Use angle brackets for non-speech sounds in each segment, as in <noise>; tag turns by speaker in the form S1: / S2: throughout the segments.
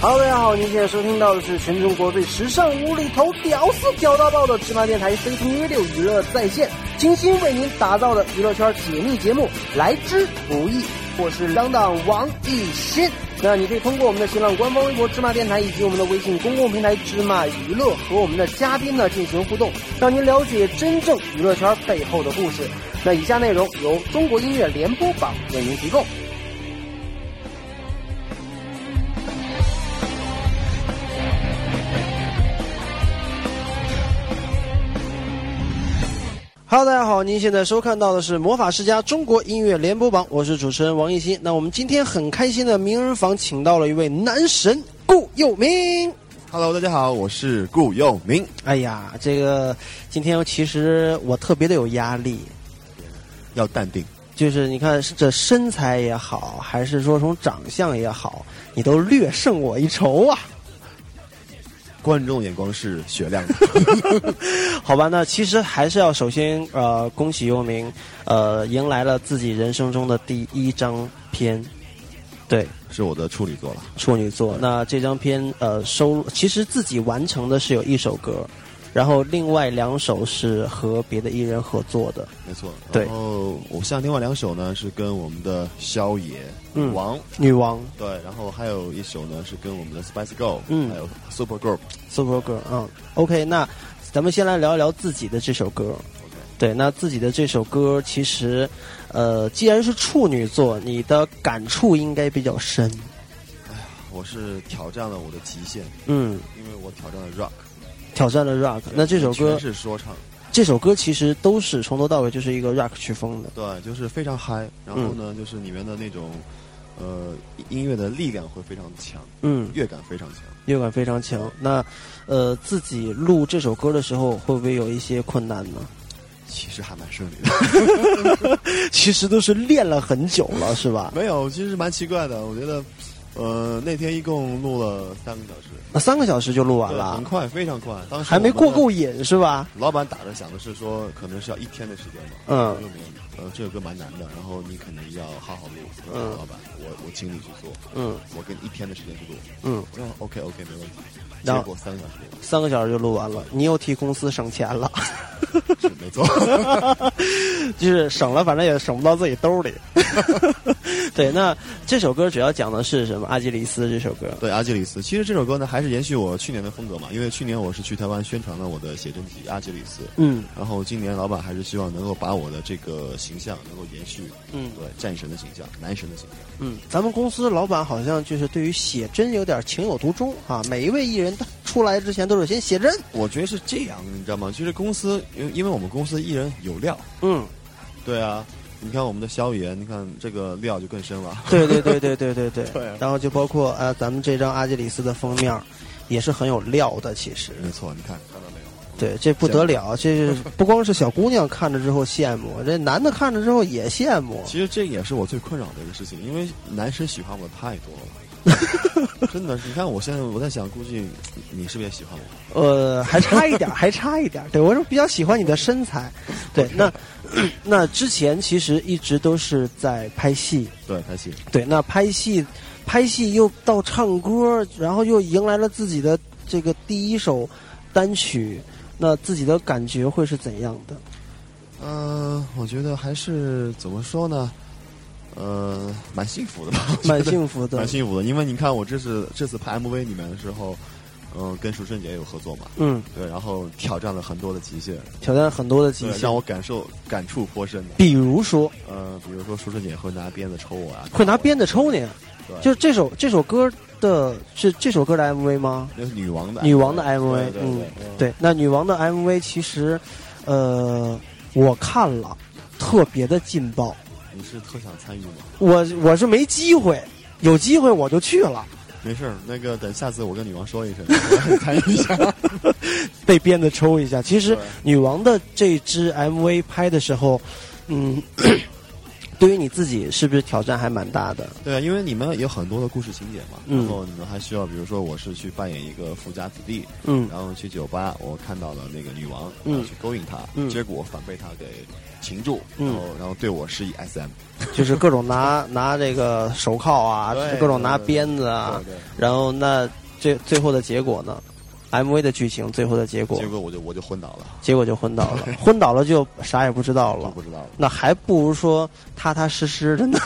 S1: Hello，大家好，您现在收听到的是全中国最时尚、无厘头、屌丝、屌到爆的芝麻电台飞腾约六娱乐在线，精心为您打造的娱乐圈解密节目《来之不易》，我是当当王艺新。那你可以通过我们的新浪官方微博“芝麻电台”以及我们的微信公共平台“芝麻娱乐”和我们的嘉宾呢进行互动，让您了解真正娱乐圈背后的故事。那以下内容由中国音乐联播榜为您提供。Hello，大家好，您现在收看到的是《魔法世家中国音乐联播榜》，我是主持人王艺昕。那我们今天很开心的名人坊请到了一位男神顾佑明。
S2: Hello，大家好，我是顾佑明。
S1: 哎呀，这个今天其实我特别的有压力，
S2: 要淡定，
S1: 就是你看这身材也好，还是说从长相也好，你都略胜我一筹啊。 <laughs>
S2: 观众眼光是雪 <laughs> 亮的。
S1: 好吧，那其实还是要首先呃，恭喜佑明，呃，迎来了自己人生中的第一张片，对，
S2: 是我的处女座了。
S1: 处女座。那这张片呃收，其实自己完成的是有一首歌，然后另外两首是和别的艺人合作的。
S2: 没错，
S1: 对
S2: 然后我像另外两首呢是跟我们的萧爷、
S1: 嗯
S2: 王，
S1: 女王
S2: 对，然后还有一首呢是跟我们的 Spice Girl，
S1: 嗯
S2: 还有 Super Girl。
S1: Super Girl，嗯，OK，那咱们先来聊一聊自己的这首歌。对，那自己的这首歌其实，呃，既然是处女座，你的感触应该比较深。
S2: 我是挑战了我的极限，
S1: 嗯，
S2: 因为我挑战了 rock。
S1: 挑战了 rock。那这首歌
S2: 全，是说唱，
S1: 这首歌其实都是从头到尾就是一个 rock 曲风的。
S2: 对，就是非常嗨。然后呢，就是里面的那种，呃，音乐的力量会非常强，
S1: 嗯，
S2: 乐感非常强。
S1: 乐感非常强。那，呃，自己录这首歌的时候会不会有一些困难呢？
S2: 其实还蛮顺利的。
S1: <laughs> 其实都是练了很久了，是吧？
S2: 没有，其实蛮奇怪的。我觉得，呃，那天一共录了三个小时，
S1: 那三个小时就录完
S2: 对很
S1: 了，
S2: 快，非常快。当时
S1: 还没
S2: 我们
S1: 过
S2: 的
S1: 够瘾是吧？
S2: 老板打着想的是说，可能是要一天的时间吧。
S1: 嗯
S2: 因为我们呃，这首歌蛮难的，然后你可能要好好录。我
S1: 嗯
S2: 说老板，我我请你去做，
S1: 嗯
S2: 我给你一天的时间去录。
S1: 嗯，
S2: 我说 OK OK 没问题。结
S1: 然后
S2: 果三个小时录
S1: 三个小时就录完了，你又替公司省钱 <laughs> 了，
S2: 完是没做。
S1: 就是省了，反正也省不到自己兜里。 <laughs> 对，那这首歌主要讲的是什么？阿基里斯这首歌。
S2: <laughs> 对，阿基里斯。其实这首歌呢，还是延续我去年的风格嘛，因为去年我是去台湾宣传了我的写真集《阿基里斯》。
S1: 嗯
S2: 然后今年老板还是希望能够把我的这个形象能够延续，
S1: 嗯
S2: 对，战神的形象，男神的形象，
S1: 嗯，咱们公司老板好像就是对于写真有点情有独钟啊。每一位艺人他出来之前都是先写真。
S2: 我觉得是这样，你知道吗？其实公司，因为因为我们公司艺人有料，
S1: 嗯，
S2: 对啊，你看我们的萧炎，你看这个料就更深了，
S1: 对对对对对对对。
S2: 对啊
S1: 然后就包括呃，咱们这张阿基里斯的封面儿，也是很有料的。其实，
S2: 没错，你看看到没有？
S1: 对，这不得了，这是不光是小姑娘看着之后羡慕，这男的看着之后也羡慕。
S2: 其实这也是我最困扰的一个事情，因为男生喜欢我的太多了， <laughs> 真的，你看我现在我在想，估计你是不是也喜欢我？
S1: 呃，还差一点儿，还差一点儿。对我是比较喜欢你的身材。对，那 <clears throat> 那之前其实一直都是在拍戏。
S2: 对，开心。
S1: 对，那拍戏，拍戏又到唱歌，然后又迎来了自己的这个第一首单曲，那自己的感觉会是怎样的？
S2: 嗯、我觉得还是怎么说呢？呃，蛮幸福的吧，我 <laughs> 觉得
S1: 蛮幸福的
S2: 蛮。幸福的，因为你看我这次这次拍 MV 里面的时候，嗯、跟舒顺姐有合作嘛，
S1: 嗯，
S2: 对，然后挑战了很多的极限，
S1: 挑战很多的极
S2: 对，
S1: 限
S2: 让，我感受感触颇深的。
S1: 比如说
S2: 呃，比如说舒顺姐会拿鞭子抽我啊，
S1: 会拿鞭子抽你，
S2: 对
S1: 就是这首这首歌的是这首歌的 MV 吗？
S2: 那是女王的
S1: 女王的嗯 MV，
S2: 对对对对
S1: 对，那女王的 MV 其实，呃，我看了，特别的劲爆。
S2: 你是特想参与吗？
S1: 我我是没机会，有机会我就去了。
S2: 没事儿，那个等下次我跟女王说一声， <laughs> 我参与一下。 <laughs>
S1: 被鞭子抽一下。其实
S2: 对
S1: 女王的这支 MV 拍的时候，嗯， <clears throat> 对于你自己是不是挑战还蛮大的？
S2: 对啊，因为你们有很多的故事情节嘛，
S1: 嗯
S2: 然后你们还需要，比如说我是去扮演一个富家子弟， <laughs>
S1: 嗯
S2: 然后去酒吧，我看到了那个女王，
S1: 嗯
S2: 然后去勾引她，
S1: 嗯
S2: 结果反被她给擒住，
S1: 嗯
S2: 然后然后对我施以 SM，
S1: 就是各种拿拿这个手铐啊
S2: 对，
S1: 各种拿
S2: 对对
S1: 鞭子啊，
S2: 对对
S1: 然后那
S3: 最最后的结果呢？MV 的剧情最后的结果
S2: 结，果我就我就昏倒了，
S3: 结果就昏倒了，昏倒了就啥也不知道
S2: 我
S3: 了。
S2: 不知道了。
S3: 那还不如说踏踏实实的 <laughs> 呢。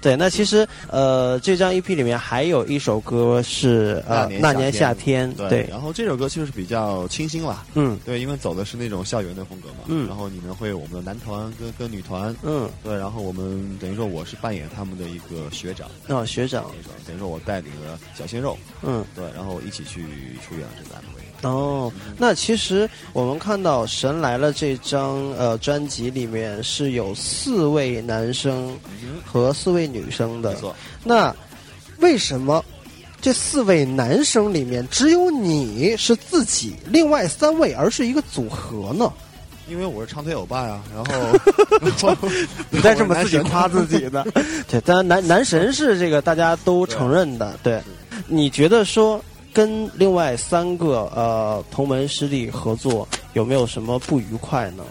S3: 对，那其实呃，这张 EP 里面还有一首歌是呃《那
S2: 那
S3: 年
S2: 年
S3: 夏
S2: 夏
S3: 天》，嗯对，
S2: 然后这首歌其实是比较清新啦，
S3: 嗯
S2: 对，因为走的是那种校园的风格嘛。
S3: 嗯
S2: 然后你们会有我们的男团跟跟女团，
S3: 嗯，
S2: 对，然后我们等于说我是扮演他们的一个学长，
S3: 那、哦、学长
S2: 等，于说等于说我带领了小鲜肉，
S3: 嗯。
S2: 对，然后一起去出演了这个 MV。
S3: 哦，那其实我们看到《神来了》这张呃专辑里面是有四位男生和四位女生的
S2: 没，错，
S3: 那为什么这四位男生里面只有你是自己，另外三位而是一个组合呢？
S2: 因为我是长腿欧巴呀，然后 <laughs> 然后
S3: <laughs> 你再这么自己夸自己呢？ <laughs> 对，当然男男神是这个大家都承认的。对，嗯你觉得说跟另外三个呃同门师弟合作有没有什么不愉快呢？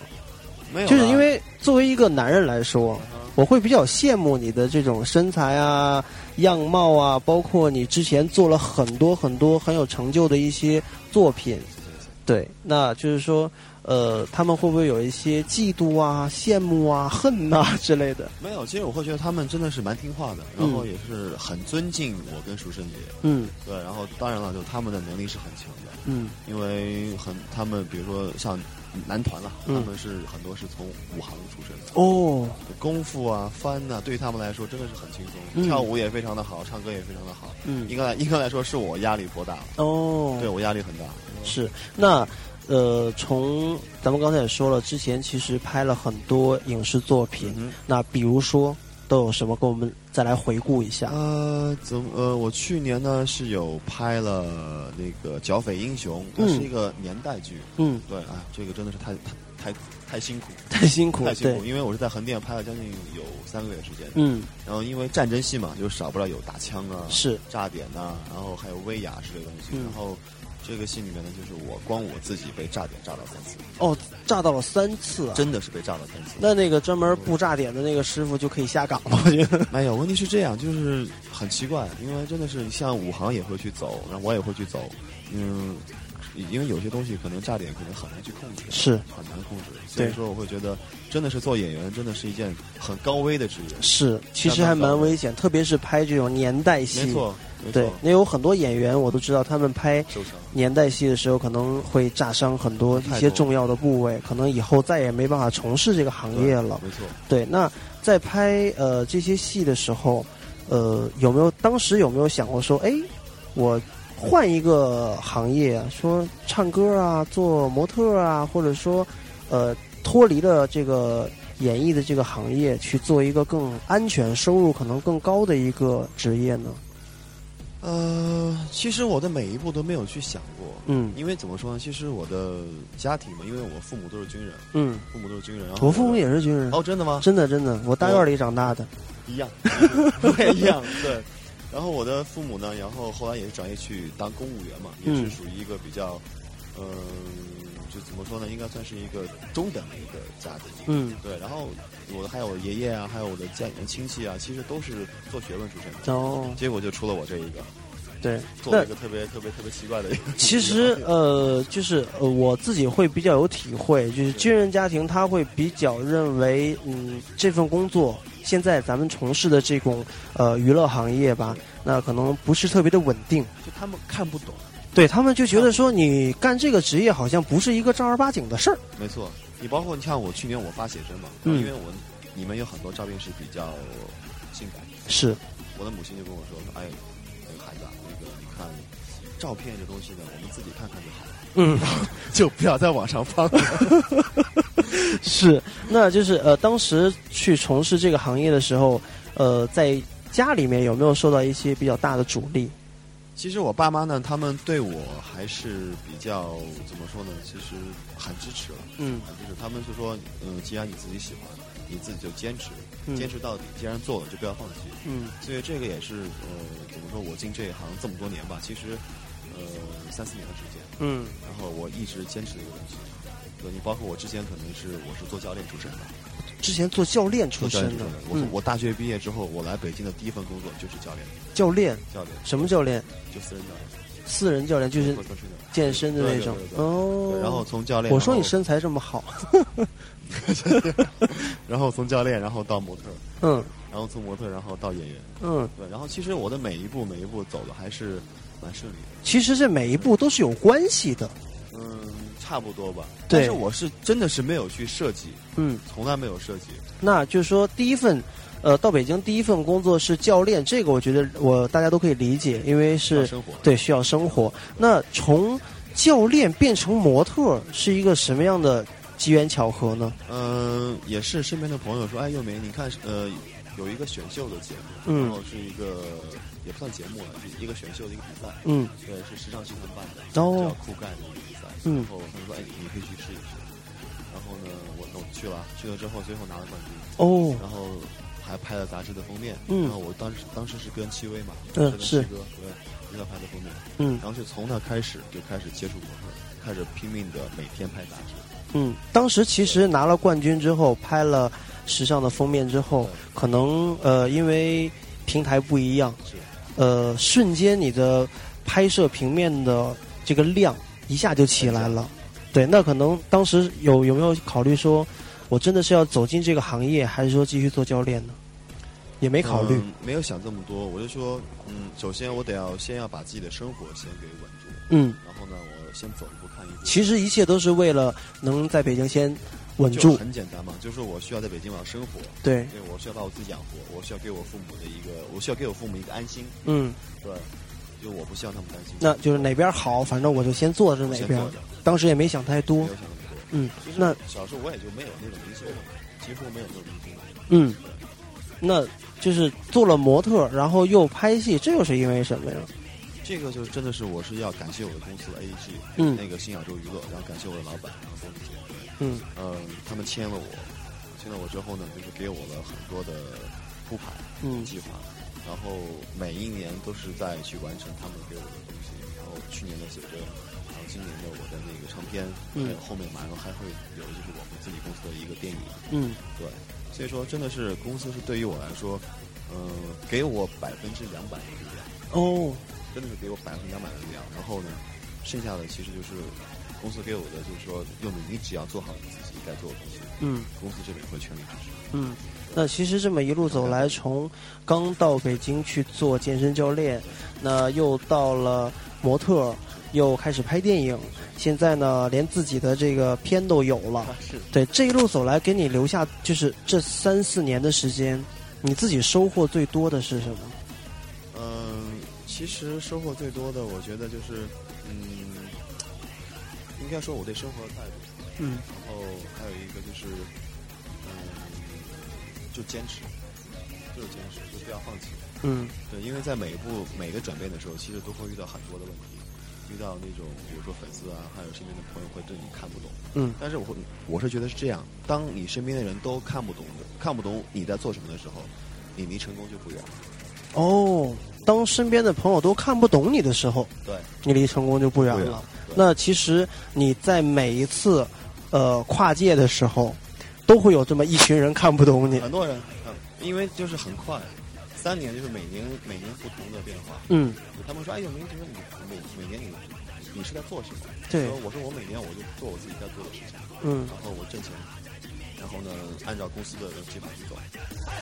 S2: 没有啊，
S3: 就是因为作为一个男人来说，我会比较羡慕你的这种身材啊、样貌啊，包括你之前做了很多很多很有成就的一些作品。对，那就是说，呃，他们会不会有一些嫉妒啊、羡慕啊、恨呐、之类的？
S2: 没有，其实我会觉得他们真的是蛮听话的，然后也是很尊敬我跟淑珍姐。
S3: 嗯
S2: 对，然后当然了，就他们的能力是很强的，
S3: 嗯
S2: 因为很他们比如说像男团啦，他
S3: 嗯
S2: 们是很多是从武行出身的，
S3: 哦，
S2: 功夫啊、翻呐、对他们来说真的是很轻松，
S3: 嗯
S2: 跳舞也非常的好，唱歌也非常的好。
S3: 嗯
S2: 应该来应该来说是我压力颇大，
S3: 哦，
S2: 对我压力很大。
S3: 是，那呃，从咱们刚才也说了，之前其实拍了很多影视作品，
S2: 嗯
S3: 那比如说都有什么？跟我们再来回顾一下。
S2: 呃，怎么呃，我去年呢是有拍了那个《剿匪英雄》，它
S3: 嗯
S2: 是一个年代剧，
S3: 嗯，
S2: 对啊，哎这个真的是太太太太辛苦，
S3: 太辛苦，
S2: 太辛苦，
S3: 对，
S2: 因为我是在横店拍了将近有三个月时间，
S3: 嗯，
S2: 然后因为战争戏嘛，就少不了有打枪啊、
S3: 是，
S2: 炸点呐、然后还有威亚之类的东西，
S3: 嗯
S2: 然后。这个戏里面呢，就是我光我自己被炸点炸了三次，
S3: 哦，炸到了三次啊。
S2: 真的是被炸了三次。
S3: 那那个专门布炸点的那个师傅就可以下岗了，我觉得。
S2: 没哎有，问题是这样，就是很奇怪，因为真的是像武行也会去走，然后我也会去走，嗯，因为有些东西可能炸点可能很难去控制，
S3: 是
S2: 很难控制，所以
S3: 对
S2: 说我会觉得真的是做演员真的是一件很高危的职业，
S3: 是，其实还蛮危险，特别是拍这种年代戏。
S2: 没，错，没
S3: 对
S2: 错，，
S3: 那有很多演员我都知道，他们拍
S2: 受伤。
S3: 年代戏的时候可能会炸伤很多一
S2: 太
S3: 些
S2: 多
S3: 重要的部位，可能以后再也没办法从事这个行业了。
S2: 没错，
S3: 对，那在拍呃这些戏的时候，呃，有没有当时有没有想过说，哎，我换一个行业，说唱歌啊，做模特啊，或者说呃脱离了这个演艺的这个行业，去做一个更安全、收入可能更高的一个职业呢？
S2: 呃，其实我的每一步都没有去想过，
S3: 嗯
S2: 因为怎么说呢？其实我的家庭嘛，因为我父母都是军人，
S3: 嗯，
S2: 父母都是军人，然后
S3: 我父母也是军人，
S2: 哦，真的吗？
S3: 真的真的，我大院里长大的。
S2: 一 <laughs> 样，我也一样，对。然后我的父母呢，然后后来也是转业去当公务员嘛，也
S3: 嗯
S2: 是属于一个比较，嗯、就怎么说呢，应该算是一个中等的一个家庭。
S3: 嗯，
S2: 对，然后我还有我爷爷啊，还有我的家里面亲戚啊，其实都是做学问出身的，
S3: 哦，
S2: 结果就出了我这一个，
S3: 对，
S2: 做
S3: 那
S2: 了一个特别特别特别奇怪的一个。 <laughs>
S3: 其实呃，就是呃，我自己会比较有体会，就是军人家庭他会比较认为，嗯，这份工作现在咱们从事的这种呃娱乐行业吧，那可能不是特别的稳定，
S2: 就他们看不懂，
S3: 对他们就觉得说你干这个职业好像不是一个正儿八经的事儿，
S2: 没错。你包括你像我去年我发写真嘛，
S3: 嗯
S2: 因为我里面有很多照片是比较性感的。
S3: 是，
S2: 我的母亲就跟我说：“哎，那个孩子啊，那个你看，照片这东西呢，我们自己看看就好了，
S3: 嗯，
S2: 就不要在网上放。
S3: <laughs> 是，那就是呃，当时去从事这个行业的时候，呃，在家里面有没有受到一些比较大的阻力？”
S2: 其实我爸妈呢，他们对我还是比较怎么说呢？其实很支持了，
S3: 嗯
S2: 很支持。他们是说，嗯，既然你自己喜欢，你自己就坚持，
S3: 嗯
S2: 坚持到底。既然做了，就不要放弃。
S3: 嗯
S2: 所以这个也是呃，怎么说我进这一行这么多年吧，其实呃三四年的时间，
S3: 嗯，
S2: 然后我一直坚持的一个东西。对你包括我之前可能是我是做教练出身的，
S3: 之前做教练出
S2: 做教
S3: 身
S2: 练
S3: 的
S2: 出身，我
S3: 嗯，
S2: 我大学毕业之后，我来北京的第一份工作就是教练，
S3: 教练
S2: 教练
S3: 什么教练？
S2: 就私人教练，
S3: 私人教练就是
S2: 会会是的
S3: 健身的那种
S2: 对对对对对
S3: 哦
S2: 对。然后从教练，
S3: 我说你
S2: 然后，
S3: 身材这么好， <laughs>
S2: <laughs> 然后从教练，然后到模特儿，
S3: 嗯
S2: 然后从模特儿，然后到演员，
S3: 嗯，
S2: 对，然后其实我的每一步每一步走的还是蛮顺利的。
S3: 其实这每一步都是有关系的，
S2: 嗯，差不多吧。
S3: 对
S2: 但是我是真的是没有去设计，
S3: 嗯，
S2: 从来没有设计。
S3: 那就是说第一份。呃，到北京第一份工作是教练，这个我觉得我大家都可以理解，因为
S2: 到
S3: 是
S2: 生活，
S3: 对，需要生活。那从教练变成模特是一个什么样的机缘巧合呢？
S2: 嗯、也是身边的朋友说，哎，幼梅，你看，呃，有一个选秀的节目，
S3: 嗯
S2: 然后是一个也不算节目了，就是一个选秀的一个比赛，
S3: 嗯
S2: 对，是时尚集团办的，
S3: 哦
S2: 叫酷盖的一个比赛。
S3: 嗯
S2: 然后他们说，哎，你可以去试一试。然后呢，我我去了，去了之后，最后拿了冠军，
S3: 哦，
S2: 然后还拍了杂志的封面。
S3: 嗯
S2: 然后我当时当时是跟戚薇嘛，跟
S3: 嗯是
S2: 戚哥，对，一块拍的封面。
S3: 嗯
S2: 然后就从那开始就开始接触模特，开始拼命的每天拍杂志。
S3: 嗯，当时其实拿了冠军之后，拍了时尚的封面之后
S2: 对，
S3: 可能呃因为平台不一样，
S2: 是，
S3: 呃瞬间你的拍摄平面的这个量一下就起来了。对，那可能当时有有没有考虑说，我真的是要走进这个行业，还是说继续做教练呢？也没考虑。
S2: 嗯没有想这么多，我就说，嗯，首先我得要先要把自己的生活先给稳住，
S3: 嗯，
S2: 然后呢，我先走一步看一步。
S3: 其实一切都是为了能在北京先稳
S2: 就
S3: 住。
S2: 很简单嘛，就是我需要在北京我要生活，
S3: 对，
S2: 因为我需要把我自己养活，我需要给我父母的一个，我需要给我父母一个安心，
S3: 嗯，
S2: 对，就我不希望他们担心。
S3: 那就是哪边好，反正我就先坐着
S2: 我
S3: 哪
S2: 先
S3: 边
S2: 做。着
S3: 当时也没想太
S2: 没
S3: 多
S2: 有。想那么多。
S3: 嗯，
S2: 其实
S3: 那
S2: 小时候我也就没有那种明星梦，几乎没有那种明星梦。
S3: 嗯，那就是做了模特，然后又拍戏，这又是因为什么呀？
S2: 这个就真的是我是要感谢我的公司 AEG，
S3: 嗯
S2: 那个新亚洲娱乐，然后感谢我的老板，然后公司，
S3: 嗯
S2: 嗯，他们签了我，签了我之后呢，就是给我了很多的铺排、
S3: 嗯
S2: 计划，然后每一年都是在去完成他们给我的东西，然后去年的写真，然后今年的我的那个唱片，
S3: 嗯
S2: 还有后面马上还会有就是我们自己公司的一个电影，
S3: 嗯
S2: 对，所以说真的是公司是对于我来说，嗯、给我百分之两百的力量。
S3: 哦
S2: 真的是给我百分之两百的力量。然后呢，剩下的其实就是公司给我的，就是说，用你你只要做好你自己该做的东西，
S3: 嗯
S2: 公司这边会全力支持。
S3: 嗯。那其实这么一路走来，从刚到北京去做健身教练，那又到了模特，又开始拍电影，现在呢，连自己的这个片都有了。
S2: 是
S3: 对，这一路走来，给你留下就是这三四年的时间，你自己收获最多的是什么？
S2: 嗯，其实收获最多的，我觉得就是，嗯，应该说我对生活的态度，
S3: 嗯
S2: 然后还有一个就是，嗯，就坚持，就是坚持，就不要放弃。
S3: 嗯
S2: 对，因为在每一步每个转变的时候，其实都会遇到很多的问题，遇到那种比如说粉丝啊，还有身边的朋友会对你看不懂。
S3: 嗯
S2: 但是我会，我是觉得是这样：当你身边的人都看不懂的、看不懂你在做什么的时候，你离成功就不远。
S3: 哦，当身边的朋友都看不懂你的时候，
S2: 对，
S3: 你离成功就不远
S2: 对
S3: 了
S2: 啊。对
S3: 那其实你在每一次呃跨界的时候，都会有这么一群人看不懂你。
S2: 很多人，嗯，因为就是很快，三年就是每年每年不同的变化。
S3: 嗯，
S2: 他们说：“哎呦，明觉得你每每年你你是在做什么？”
S3: 对
S2: 我说：“我说我每年我就做我自己在做的事情，
S3: 嗯
S2: 然后我挣钱，然后呢按照公司的计划去走。”